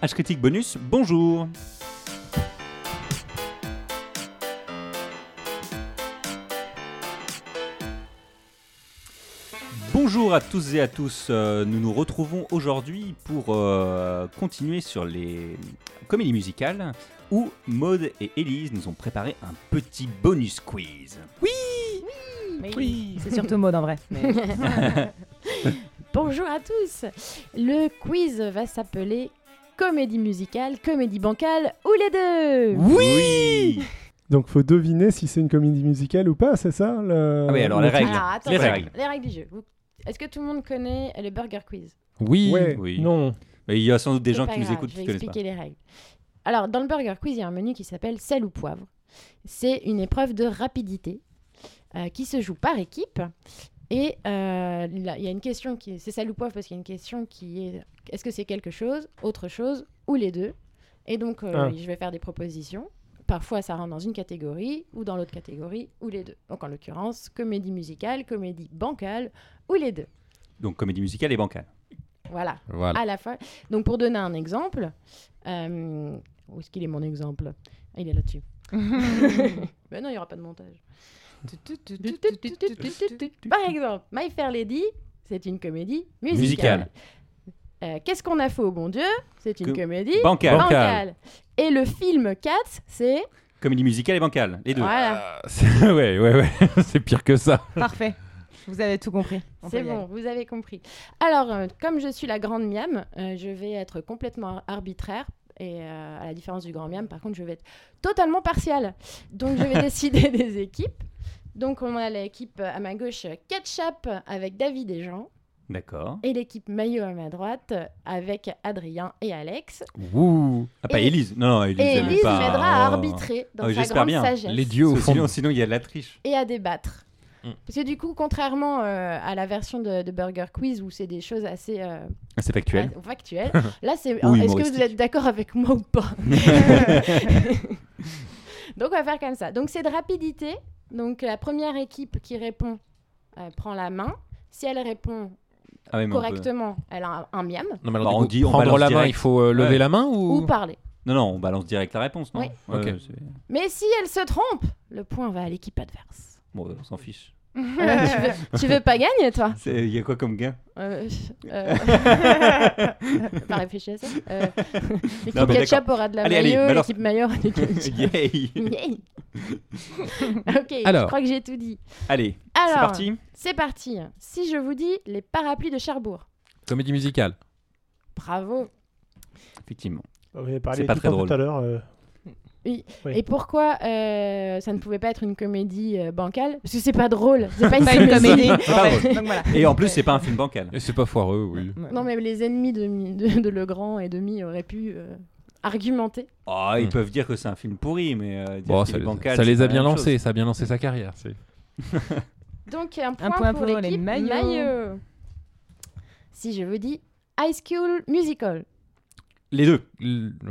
H Critique Bonus, bonjour Bonjour à tous et à tous, euh, nous nous retrouvons aujourd'hui pour euh, continuer sur les comédies musicales où Maude et Élise nous ont préparé un petit bonus quiz. Oui. C'est surtout Maud en vrai. mais- Bonjour à tous. Le quiz va s'appeler comédie musicale, comédie bancale ou les deux. Oui, Donc faut deviner si c'est une comédie musicale ou pas, c'est ça le- Ah oui, alors les le- règles. Alors, attends, Les attends, règles. les règles du jeu. Vous- Est-ce que tout le monde connaît le burger quiz Oui, Ouais, Oui. non. Mais il y a sans doute des C'est gens pas qui nous grave, écoutent Je qui vais ne connaissent pas. expliquer les règles. Alors, dans le burger quiz, il y a un menu qui s'appelle sel ou poivre. C'est une épreuve de rapidité euh, qui se joue par équipe. Et euh, là, il y a une question qui est c'est sel ou poivre parce qu'il y a une question qui est est-ce que c'est quelque chose, autre chose ou les deux Et donc, euh, Ah. je vais faire des propositions. Parfois, ça rentre dans une catégorie ou dans l'autre catégorie ou les deux. Donc, en l'occurrence, comédie musicale, comédie bancale ou les deux. Donc comédie musicale et bancale. Voilà Voilà. à la fois. Donc, pour donner un exemple, euh, où est-ce qu'il est mon exemple Ah, Il est là-dessus. ben non, il n'y aura pas de montage. Par exemple, My Fair Lady, c'est une comédie musicale. Musicale. Euh, Qu'est-ce qu'on a fait au bon Dieu C'est une Que- comédie Bancale. bancale. Et le film Cats, c'est. Comédie musicale et bancale, les deux. Voilà, ouais, ouais, ouais. c'est pire que ça. Parfait. Vous avez tout compris. On c'est peut y bon, aller. vous avez compris. Alors, euh, comme je suis la grande miam, euh, je vais être complètement ar- arbitraire. Et euh, à la différence du grand miam, par contre, je vais être totalement partiale. Donc, je vais décider des équipes. Donc, on a l'équipe euh, à ma gauche euh, Ketchup avec David et Jean. D'accord. Et l'équipe Maillot à ma droite euh, avec Adrien et Alex. Ouh. Ah, pas Et- Élise. Non, non, Élise, Et elle est Elise pas- m'aidera à Oh. arbitrer dans Ah oui, sa j'espère grande bien. sagesse. Les dieux au Parce que fond. Sinon, sinon, il y a de la triche. et à débattre. Mm. Parce que du coup, contrairement euh, à la version de, de Burger Quiz où c'est des choses assez euh, C'est factuel. Ah, factuel. Là, c'est. Ou Alors, Est-ce que humoristique. vous êtes d'accord avec moi ou pas Donc, on va faire comme ça. Donc, c'est de rapidité. Donc, la première équipe qui répond euh, prend la main. Si elle répond Ah oui, mais on peut- correctement, elle a un, un miam. Non, mais Bah, on du coup, dit- on prendre balance la main, direct. il faut euh, lever Ouais. la main ou. Ou parler. Non, non, on balance direct la réponse, non Oui. Ouais, Ok. c'est- Mais si elle se trompe, le point va à l'équipe adverse. Bon, on s'en fiche. Ah, tu, veux, tu veux pas gagner, toi C'est- Il y a quoi comme gain Euh, euh, Pas réfléchi à ça. Euh, Non, L'équipe mais ketchup aura de la Allez, allez, maillot, balance. l'équipe maillot aura du ketchup. Yay Yay. ok, je Alors. crois que j'ai tout dit. Allez, c'est Alors, parti c'est parti. Si je vous dis les parapluies de Cherbourg, Comédie musicale. bravo. Effectivement. Vous avez parlé C'est pas tout, très le temps drôle. tout à l'heure. euh, Oui. Et pourquoi euh, ça ne pouvait pas être une comédie euh, bancale Parce que c'est pas drôle. C'est pas une Pas une comédie. comédie. en C'est pas fait. drôle. Donc voilà. Et en plus, c'est pas un film bancal. Et c'est pas foireux, oui. non, mais les ennemis de, Mi- de, de Legrand et de Mi auraient pu euh, argumenter. Oh, ils Hmm. peuvent dire que c'est un film pourri, mais euh, dire Bon, qu'il ça, est bancal, ça c'est les pas a la bien même chose. lancés, ça a bien lancé sa carrière. c'est- Donc un point, point pour, pour les l'équipe maillots. maillot. Si je vous dis High School Musical. Les deux. L- euh,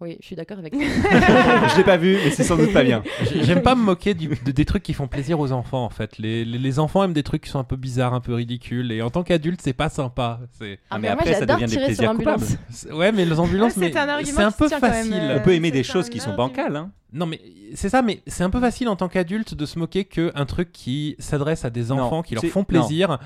Oui, je suis d'accord avec toi. Ah, Je l'ai pas vu, mais c'est sans doute pas bien. j'ai- J'aime pas me moquer du- de- des trucs qui font plaisir aux enfants en fait. Les, les- les enfants aiment des trucs qui sont un peu bizarres, un peu ridicules. Et en tant qu'adulte, c'est pas sympa. C'est... Ah, Ah, mais bah, après, moi, ça j'adore devient des tirer sur plaisirs coupables. l'ambulance. c'est- Ouais, mais les ambulances, Ouais, mais c'est un argument c'est un qui peu tient quand même, facile. euh, On peut aimer c'est des ça, choses qui sont là, bancales, hein. Non mais c'est ça, mais c'est un peu facile en tant qu'adulte de se moquer que un truc qui s'adresse à des Non, enfants, qui leur c'est- font plaisir,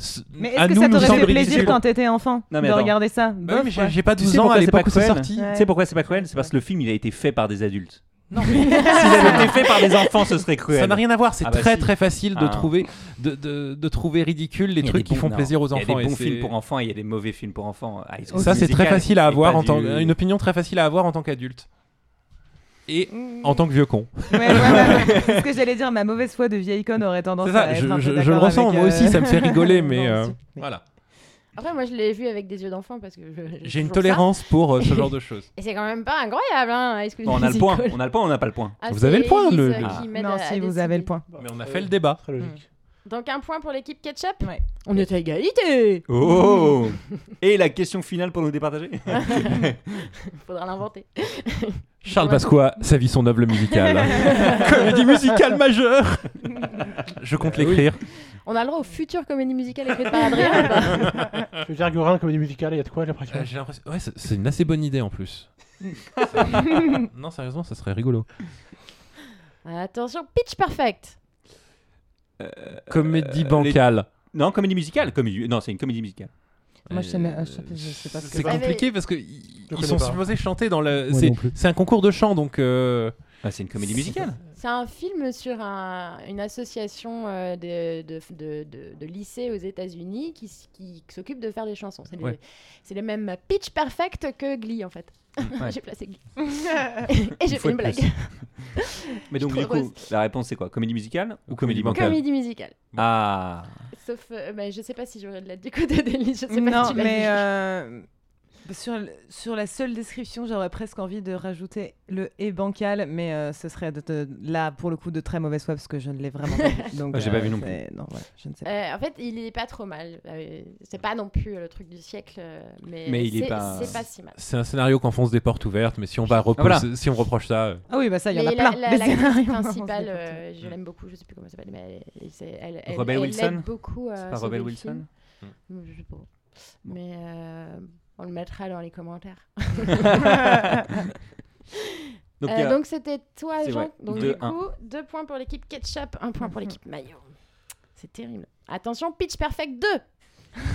s- Mais à est-ce que nous ça nous t'aurait fait semble plaisir ridicule. quand t'étais enfant Non, mais de attends. regarder ça Bah oui, Bof, mais quoi. j'ai, j'ai pas Tu 12 sais ans à pourquoi c'est pas l'époque où c'est cruel sorti. Ouais. Tu sais pourquoi c'est pas cruel C'est parce que le film, il a été fait par des adultes. Non, S'il avait été fait par des enfants, ce serait cruel. Ça n'a rien à voir, c'est Ah bah très si. très facile de Ah. trouver de, de- de trouver ridicule les Il y a trucs des qui bons- font non, plaisir aux enfants. Il y a des et bons c'est- films pour enfants et il y a des mauvais films pour enfants. Ah, ils sont Ça c'est musicales très facile à et avoir pas en tant du- une opinion très facile à avoir en tant qu'adulte. Et en tant que vieux con. Ouais, ouais, ouais, ouais. C'est ce que j'allais dire, ma mauvaise foi de vieille conne aurait tendance C'est ça, à être je, un peu je- je le d'accord ressens avec, moi euh, aussi, ça me fait rigoler, mais non, euh, si. Mais- voilà. Après, moi, je l'ai vu avec des yeux d'enfant parce que je- J'ai une toujours ça. tolérance pour euh, ce genre de choses. Et c'est quand même pas incroyable, hein, High School Bon, on a le point, Musical. on a le point, on n'a pas le point. Ah, Vous c'est avez le point, Élise, le- euh, qui Ah. m'aide Non, à- à si vous avez décider. le point. Mais on a fait le débat. Mm. Très logique. Donc un point pour l'équipe Ketchup. Ouais. On est à égalité. Oh Et la question finale pour nous départager Faudra l'inventer. Charles Pasqua, sa vie, Ah son œuvre musicale. Comédie musicale majeure Je compte l'écrire. On a le droit aux futures comédies musicales écrites par Adrien ou pas Je veux dire, Gorin, comédie musicale, il y a de quoi, j'ai l'impression Ah, Euh, j'ai l'impression. Ouais, c'est c'est une assez bonne idée en plus. non, sérieusement, ça serait rigolo. Attention, Pitch Perfect. Comédie les- bancale. Non, comédie musicale. Comédie... Non, c'est une comédie musicale. Moi, je sais, Euh, même- je sais pas- je sais pas ce que C'est c'est. Ah, compliqué parce que i- Je ils connais sont pas. supposés chanter dans le. Moi c'est- non plus. C'est un concours de chant donc. euh, Bah, c'est une comédie musicale. C'est un film sur un- une association euh, de, de, de- de- de lycées aux États-Unis qui, s- qui s'occupe de faire des chansons. C'est le, Ouais. c'est le même pitch perfect que Glee en fait. Ouais. j'ai placé Glee. Et j'ai fait fois une de blague. plus. Mais donc, suis du trop coup, la réponse c'est quoi Comédie musicale ou comédie Comédie bancale Comédie musicale. Ah Sauf, euh, bah, je sais pas si j'aurais de l'aide du côté d'Élise. Je sais pas Non, si tu l'as mais dit. euh, sur, le- sur la seule description, j'aurais presque envie de rajouter le et bancal, mais euh, ce serait de, de- là pour le coup de très mauvaise foi parce que je ne l'ai vraiment pas vu. Donc, euh, Ah, j'ai pas vu non c'est- Non, voilà, je ne sais pas. Euh, en fait, il est pas trop mal. Euh, C'est pas non plus le truc du siècle, euh, mais, Mais il est c'est pas- c'est pas si mal. C'est un scénario qu'on fonce des portes ouvertes, mais si on va repose- voilà. si on reproche ça, euh, Ah oui, bah ça, il y en a Mais plein. La, la, des la scénarios actrice hein, vraiment, principale, c'est pas euh, je l'aime beaucoup, je sais plus comment elle s'appelle, mais elle, elle- c'est- elle- elle- Rebel elle Wilson l'aide beaucoup. C'est euh, pas sauver Rebel le Wilson film. Je sais pas. Mais euh, on le mettra dans les commentaires. Donc, il y Euh, a- Donc c'était toi, C'est Jean. vrai. Donc Deux, du coup, deux points pour l'équipe Ketchup, un point pour l'équipe Mayo. C'est terrible. Attention, Pitch Perfect 2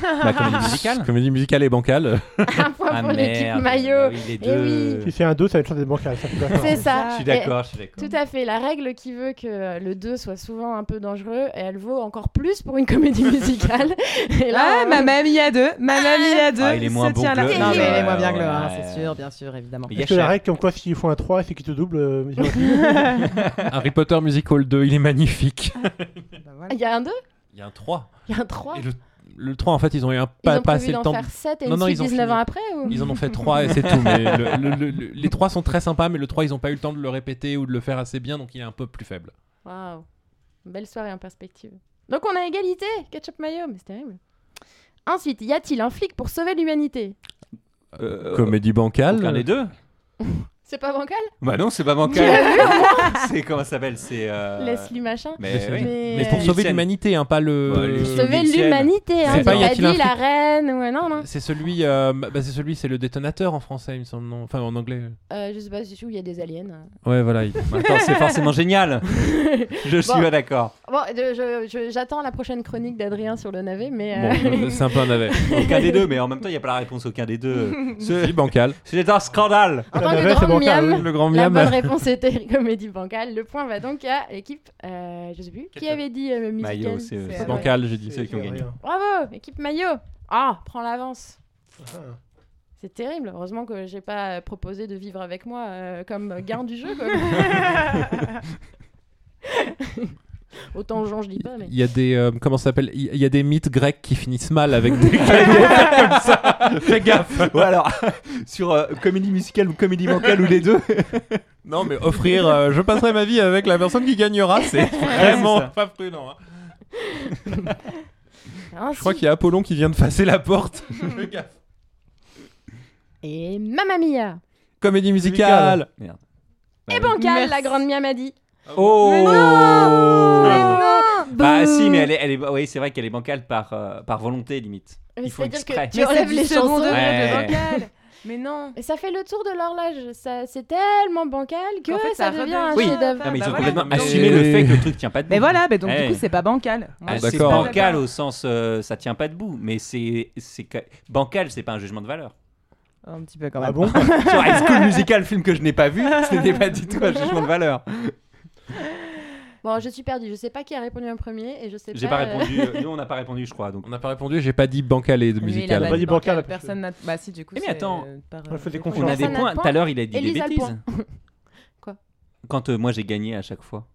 bah, comédie musicale Ah. Comédie musicale et bancale. Un point Ah, Ah, pour l'équipe Bah Mayo. Ah, oui, les deux. Si c'est un 2, ça va être chance d'être bancal. ça, je suis d'accord. C'est Eh ça. Je suis Et- d'accord, je suis d'accord. Tout à fait, la règle qui veut que le 2 soit souvent un peu dangereux, et elle vaut encore plus pour une comédie musicale. Et Ah, là, euh, ma mamie a deux, ma mamie a deux. Ah, il est moins se bon tient que là. le- Non, mais il est Ouais, moins bien que le ouais, un, ouais. c'est sûr, bien sûr, évidemment. Mais il y a Est-ce que la Cher. règle, comme quoi, s'il faut un 3, c'est qu'il te double euh, ils ont dit. Harry Potter Musical 2, il est magnifique. Bah, voilà. il y a un 2 Il y a un 3. Il y a un 3 le, 3, en fait, ils ont eu un Ils pas, ont pas prévu assez d'en le temps. faire 7 et Non, une non, suite ils ont 19 ans fini. après ou... Ils en ont fait 3 et c'est tout. Mais le- le- le- le- les 3 sont très sympas, mais le 3, ils n'ont pas eu le temps de le répéter ou de le faire assez bien, donc il est un peu plus faible. Waouh, belle soirée en perspective. Donc on a égalité, ketchup mayo, mais c'est terrible. Ensuite, y a-t-il un flic pour sauver l'humanité Euh, Comédie bancale. aucun des deux C'est pas bancal Bah non, c'est pas bancal. c'est comment ça s'appelle C'est. euh, Leslie machin. Mais, c'est- oui. Mais, Mais pour euh, sauver Ibsen. l'humanité, hein, pas le. Ouais, lui, sauver- sauver Ibsen. l'humanité, hein, C'est t'as pas Y pas a-t-il un dit la flic reine ou non, non. C'est celui, euh, bah, c'est celui, c'est le détonateur en français, il me semble, non enfin en anglais. Euh, je sais pas, c'est où il y a des aliens. Ouais, voilà. il- Attends, c'est forcément génial. Je suis Bon. pas d'accord. Bon, de- je- je- j'attends la prochaine chronique d'Adrien sur le navet, mais... euh, Bon, euh, c'est un peu un navet. Aucun des deux, mais en même temps, il n'y a pas la réponse. Aucun des deux. Celui Ce- bancal. C'est un scandale. En La tant que navette, c'est grand bancal, miam, Le grand la miam. bonne réponse était comédie bancale. Le point va donc à l'équipe, euh, je sais plus, qui Ketchup. avait dit euh, musical Maillot, c'est C'est c'est- bancal. Bancal, j'ai dit. ceux qui ont gagné. rien. Bravo, équipe maillot. Ah, prends l'avance. Ah. C'est terrible. Heureusement que j'ai pas euh, proposé de vivre avec moi euh, comme gain du jeu. quoi. Autant Jean, je dis pas, mais. Il y a des euh, comment ça s'appelle Il y a des mythes grecs qui finissent mal avec des Fais gaffe. Ou alors, sur euh, comédie musicale ou comédie bancale ou les deux. Non, mais offrir euh, je passerai ma vie avec la personne qui gagnera, c'est vraiment ça. pas prudent. hein. Ainsi- Je crois qu'il y a Apollon qui vient de passer la porte. Fais gaffe. Et Mamma Mia Comédie musicale. Merde. Et Bancal, Merci. la grande miam a dit. Oh non Bah si, mais elle est, elle est, oui, c'est vrai qu'elle est bancale par, euh, par volonté limite. Mais Il faut c'est-à-dire exprès. que tu Mais c'est enlèves du les second chansons. degré de Ouais. bancal. Mais non. Et ça fait le tour de l'horloge. Ça, c'est tellement bancal que En fait, ça, ça devient redevient- un Oui. chef-d'œuvre. Ah, Non mais ils bah ont voilà. complètement Mais- assumé le fait que le truc tient pas debout. Mais voilà, bah, donc Eh. du coup, c'est pas bancal. Moi, Ah, je c'est suis d'accord. pas bancal au sens euh, ça tient pas debout, mais c'est c'est que- bancal, c'est pas un jugement de valeur. Un petit peu quand même. Ah bon Sur High School Musical, film que je n'ai pas vu, ce n'était pas du tout un jugement de valeur. Bon, je suis perdue. Je sais pas qui a répondu en premier et je sais pas. J'ai pas euh, répondu. euh, Nous on n'a pas répondu, je crois. Donc. On n'a pas répondu, j'ai pas dit bancal et de Lui, il a musical. pas dit bancal, parce que- Personne n'a. Bah si, du coup. Eh mais c'est, attends, euh, par, on euh, faisait réponse. confiance. On a Personne des n'a points. de point. Tout à l'heure, il a dit Elise des a le bêtises. point. Quoi Quand euh, moi j'ai gagné à chaque fois.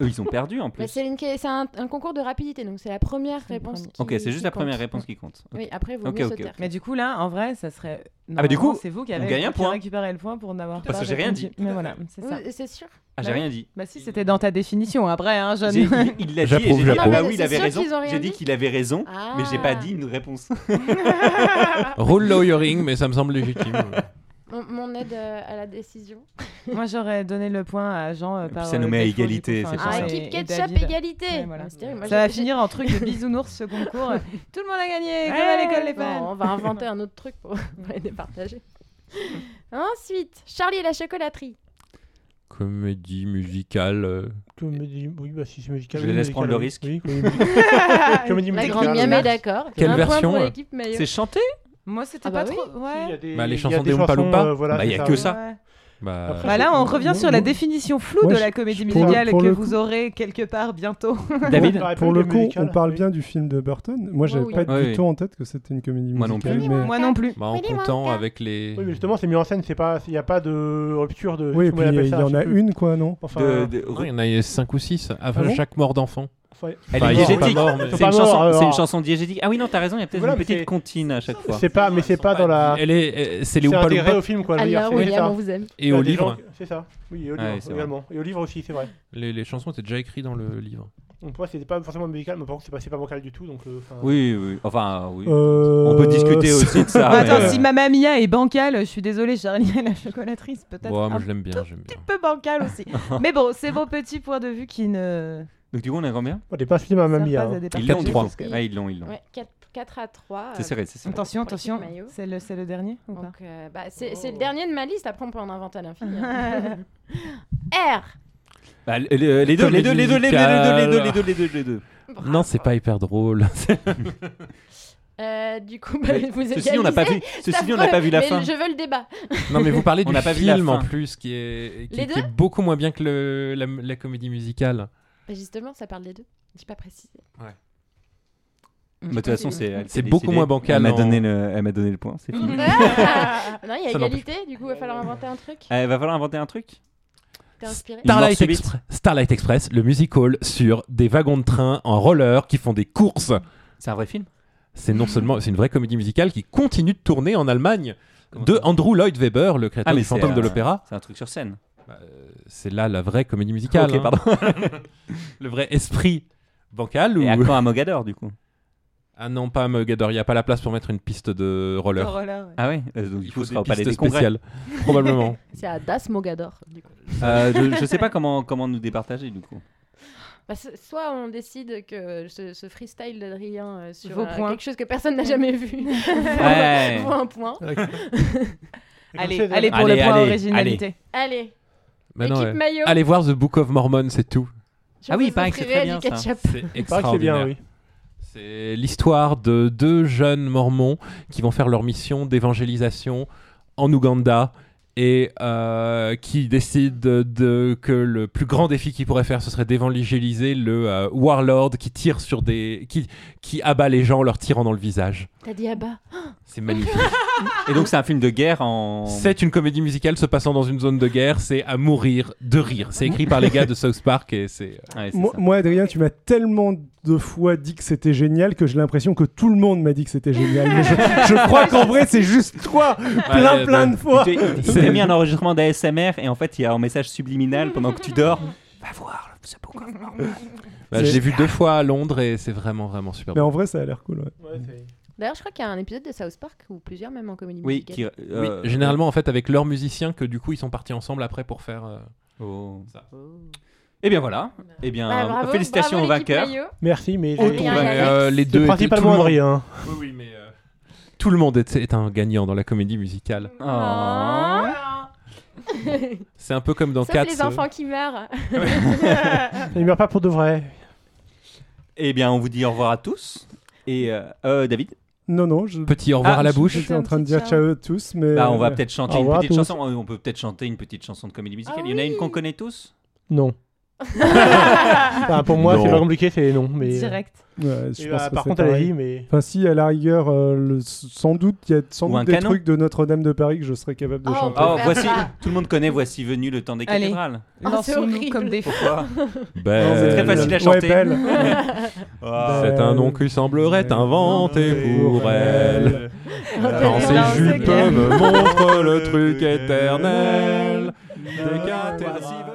Eux, ils ont perdu en Mais plus. c'est une- c'est un, un concours de rapidité, donc c'est la première C'est une réponse. première. qui- Ok, c'est juste qui la compte. première réponse qui compte. Oui, après, vous Ok, mieux ok, se ok. taire. Mais du coup, là, en vrai, ça serait. Ah, bah, du Normalement, coup, c'est vous qui on avez gagne un qui point. récupéré le point pour n'avoir Parce pas que j'ai rien répondu. dit. Mais voilà, c'est ça. Oui, euh, C'est sûr. Ah, j'ai Bah oui. rien dit. Bah si, c'était dans ta définition après, hein, jeune. J'ai- Il il l'a dit et j'ai J'approuve, dit, ah j'approuve. bah oui, il C'est avait sûr raison. qu'ils ont rien J'ai dit dit qu'il avait raison, mais j'ai pas Ah. dit une réponse. Roule Lawyering, mais ça me semble légitime. Mon, mon aide euh, à la décision. Moi, j'aurais donné le point à Jean euh, puis par. ça euh, nous met à défaut, du égalité, coup, c'est enfin, pour Ah, ça. Jean et- équipe et ketchup David. égalité Ouais, voilà. Ah, c'est terrible. Moi, Ça va j'ai- j'ai- finir en truc de bisounours ce concours. Tout le monde a gagné, comme à Ouais, l'école les bon, fans. On va inventer un autre truc pour, pour les départager. Ensuite, Charlie et la chocolaterie. Comédie musicale. euh, Comédie... Oui, bah si c'est musical. Je oui, laisse musical, prendre le oui. risque. Oui, comédie musicale. Comédie La musicale. grande miam est d'accord. Quelle un version, point pour euh, l'équipe maillot. C'est chanté Moi, c'était Ah pas bah oui. trop. Il y Ouais. a des- Bah, les il y a chansons des Oompa chansons, Loompa. euh, voilà, Bah, il y c'est a ça. que ça. Ouais. bah, Après, Bah là, on Moi, revient moi, sur la moi, définition floue moi, de je- la comédie pour le- musicale pour que le vous coup- aurez quelque part bientôt. David Pareil, Pour le comédie coup, musicale, on parle oui. bien du film de Burton. Moi, j'avais oui. pas Ouais, du Ah oui. tout en tête que c'était une comédie Moi non musicale. plus. mais- Moi non plus. bah, en Willy comptant Wonka. avec les. Oui, mais justement, c'est mis en scène, c'est pas, il n'y a pas de rupture de. Oui, et comment puis il il y, appelle ça, en je sais a plus. une, quoi, non Enfin, de, de- Non, il y en a 5 ou 6 avant Ah bon chaque mort d'enfant. enfin, Elle Enfin, est ils sont pas diégétique. morts, mais- C'est une, Ils sont pas chanson- morts, c'est une alors. chanson diégétique. Ah oui, non, t'as raison, il y a peut-être Voilà, une mais petite c'est- comptine à chaque fois. C'est pas, mais c'est pas dans la. Elle est, euh, c'est les C'est Oompa intégré Loompa au film, quoi. je veux dire, Alors, c'est- c'est William, ça. on vous aime. et Il y au a Bah, des livre. gens- C'est ça. Oui, et au Ouais, livre c'est vrai. également. Et au livre aussi, c'est vrai. Les, les chansons étaient déjà écrites dans le livre. Donc pour moi, c'était pas forcément musical, mais par contre, c'est pas, c'est pas vocal du tout. Donc, euh, enfin, Oui, oui. Enfin, euh, oui. Euh, On peut discuter ça- aussi de ça. Bah, Attends, mais- euh, si Mamma Mia est bancale, je suis désolée, Charlie et la chocolatrice, peut-être Ouais, un moi je l'aime bien, j'aime bien. petit peu bancale aussi. Mais bon, c'est vos petits points de vue qui ne Donc du coup, on a combien on n'est pas insulté ma servent mamie. pas hein. à des Ils Quatre, l'ont trois. tous. Ouais, ils l'ont, ils l'ont. Ouais, 4, à 3. C'est serré, c'est serré. Attention, Pour l'équipe attention, maillot. c'est le, c'est le dernier ou pas Donc, euh, bah, c'est c'est le Oh. dernier de ma liste, après on peut en inventer à l'infini. hein. R Bah, les les- les deux, les deux, les deux, les deux, les deux, les deux, les deux, les deux, les deux. Bravo. Non, c'est pas hyper drôle. Euh, du coup, bah, Mais vous Ceci dit, on n'a pas vu. Ceci dit, on n'a pas vu la fin. Je veux le débat. non, mais vous parlez On du n'a pas vu la film en fin. plus, qui est, qui, Les qui deux est beaucoup moins bien que le- la, la comédie musicale. Bah, Justement, ça parle des deux. J'ai pas précisé. Mais De toute façon, c'est elle qui C'est a beaucoup décidé. moins bancal Elle m'a en- donné le, elle m'a donné le point. C'est fini. Ah non, il y a Ça n'empêche égalité, du coup, il va falloir inventer un truc. Euh, va falloir inventer un truc. T'es Ah, inspiré Une Starlight, mort subite. Express, Starlight Express, le musical sur des wagons de train en roller qui font des courses. C'est un vrai film. C'est non seulement c'est une vraie comédie musicale qui continue de tourner en Allemagne Comment de ça Andrew Lloyd Webber, le créateur Ah, mais du c'est fantôme de un- l'opéra. C'est un truc sur scène. C'est là la vraie comédie musicale. Ok, hein. pardon. le vrai esprit bancal ou Et à quand à Mogador du coup ah non pas Mogador, il n'y a pas la place pour mettre une piste de Le roller. roller, oh ouais. Ah ouais. euh, Donc du coup, ce sera au palais pistes des congrès. spéciales, probablement. C'est à Das Mogador, du coup. Euh, je, je sais pas comment comment nous départager du coup. Bah, so- soit on décide que ce, ce freestyle d'Adrien euh, sur Vos euh, points. quelque chose que personne n'a jamais vu Ouais. Bah vaut un point. Et Allez, comme c'est- allez pour Allez, le point allez, originalité. Allez, Mais Bah non, équipe ouais. maillot. Allez voir The Book of Mormon, c'est tout. Je Ah oui, vous il paraît que c'est offrirai très du bien, ça. ketchup. C'est Il paraît que c'est bien, hein. extraordinaire. oui. C'est l'histoire de deux jeunes mormons qui vont faire leur mission d'évangélisation en Ouganda et euh, qui décident de, de- que le plus grand défi qu'ils pourraient faire, ce serait d'évangéliser le euh, warlord qui tire sur des... Qui, qui abat les gens en leur tirant dans le visage. T'as dit Abba. C'est magnifique. Et donc c'est un film de guerre en. c'est une comédie musicale se passant dans une zone de guerre, c'est à mourir de rire. C'est écrit par les gars de South Park et c'est... euh, Ouais, c'est Moi, ça. moi, Adrien, tu m'as tellement de fois dit que c'était génial que j'ai l'impression que tout le monde m'a dit que c'était génial. Mais je, je crois qu'en vrai, c'est juste toi, plein, Ouais, plein de fois. Tu- Il il t'a mis un enregistrement d'ASMR et en fait il y a un message subliminal pendant que tu dors. Va voir ce Book of Mormon. Bah, je l'ai vu deux fois à Londres et c'est vraiment, vraiment super. Mais en vrai, ça a l'air cool. ouais. Ouais, c'est- D'ailleurs, je crois qu'il y a un épisode de South Park ou plusieurs même en comédie Oui, musicale. qui, euh, Oui, généralement en fait avec leurs musiciens que du coup ils sont partis ensemble après pour faire. euh, Oh. Ça. Eh bien voilà. Eh bien, Bah, bravo, félicitations bravo, aux l'équipe vainqueurs. maillot. Merci, mais. Oh, j'ai- ton vainqueur. Mais, euh, les C'est deux étaient- tout le principalement monde. Henri, hein. Oui, oui, mais, euh, Tout le monde est, est un gagnant dans la comédie musicale. Oh. C'est un peu comme dans Sauf Cats. les euh, enfants qui meurent. Il meurt pas pour de vrai. Eh bien, on vous dit au revoir à tous. Et euh, euh, David, Non, non, je. Petit au revoir Ah, à la je- bouche. J'étais en train de dire Ciao. ciao à tous, mais. bah, on va euh, peut-être chanter au une revoir à petite tous. chanson. Euh, On peut peut-être chanter une petite chanson de comédie musicale. Ah Il y en a une oui. qu'on connaît tous. Non. Enfin, pour moi, Non. c'est pas compliqué, c'est non. Mais... Oh, Direct. ouais, je Et, pense euh, que par c'est contre, pareil. allez-y, mais. Enfin, si, à la rigueur, euh, le- sans doute, il y a sans Ou un doute des canon. trucs de Notre-Dame de Paris que je serais capable de Oh, chanter. peut Oh, faire voici, ça. tout le monde connaît. Voici venu le temps des Allez. cathédrales. Oh, c'est Lançons-nous horrible. comme des fous. Pourquoi Non, Belle. C'est très facile à Euh, Ouais, chanter. belle. Ah. Ben, C'est un nom qui semblerait inventé pour elle. Euh, Dans ses Dans ses jupes guerres. me montre le truc éternel. Des cathédrales.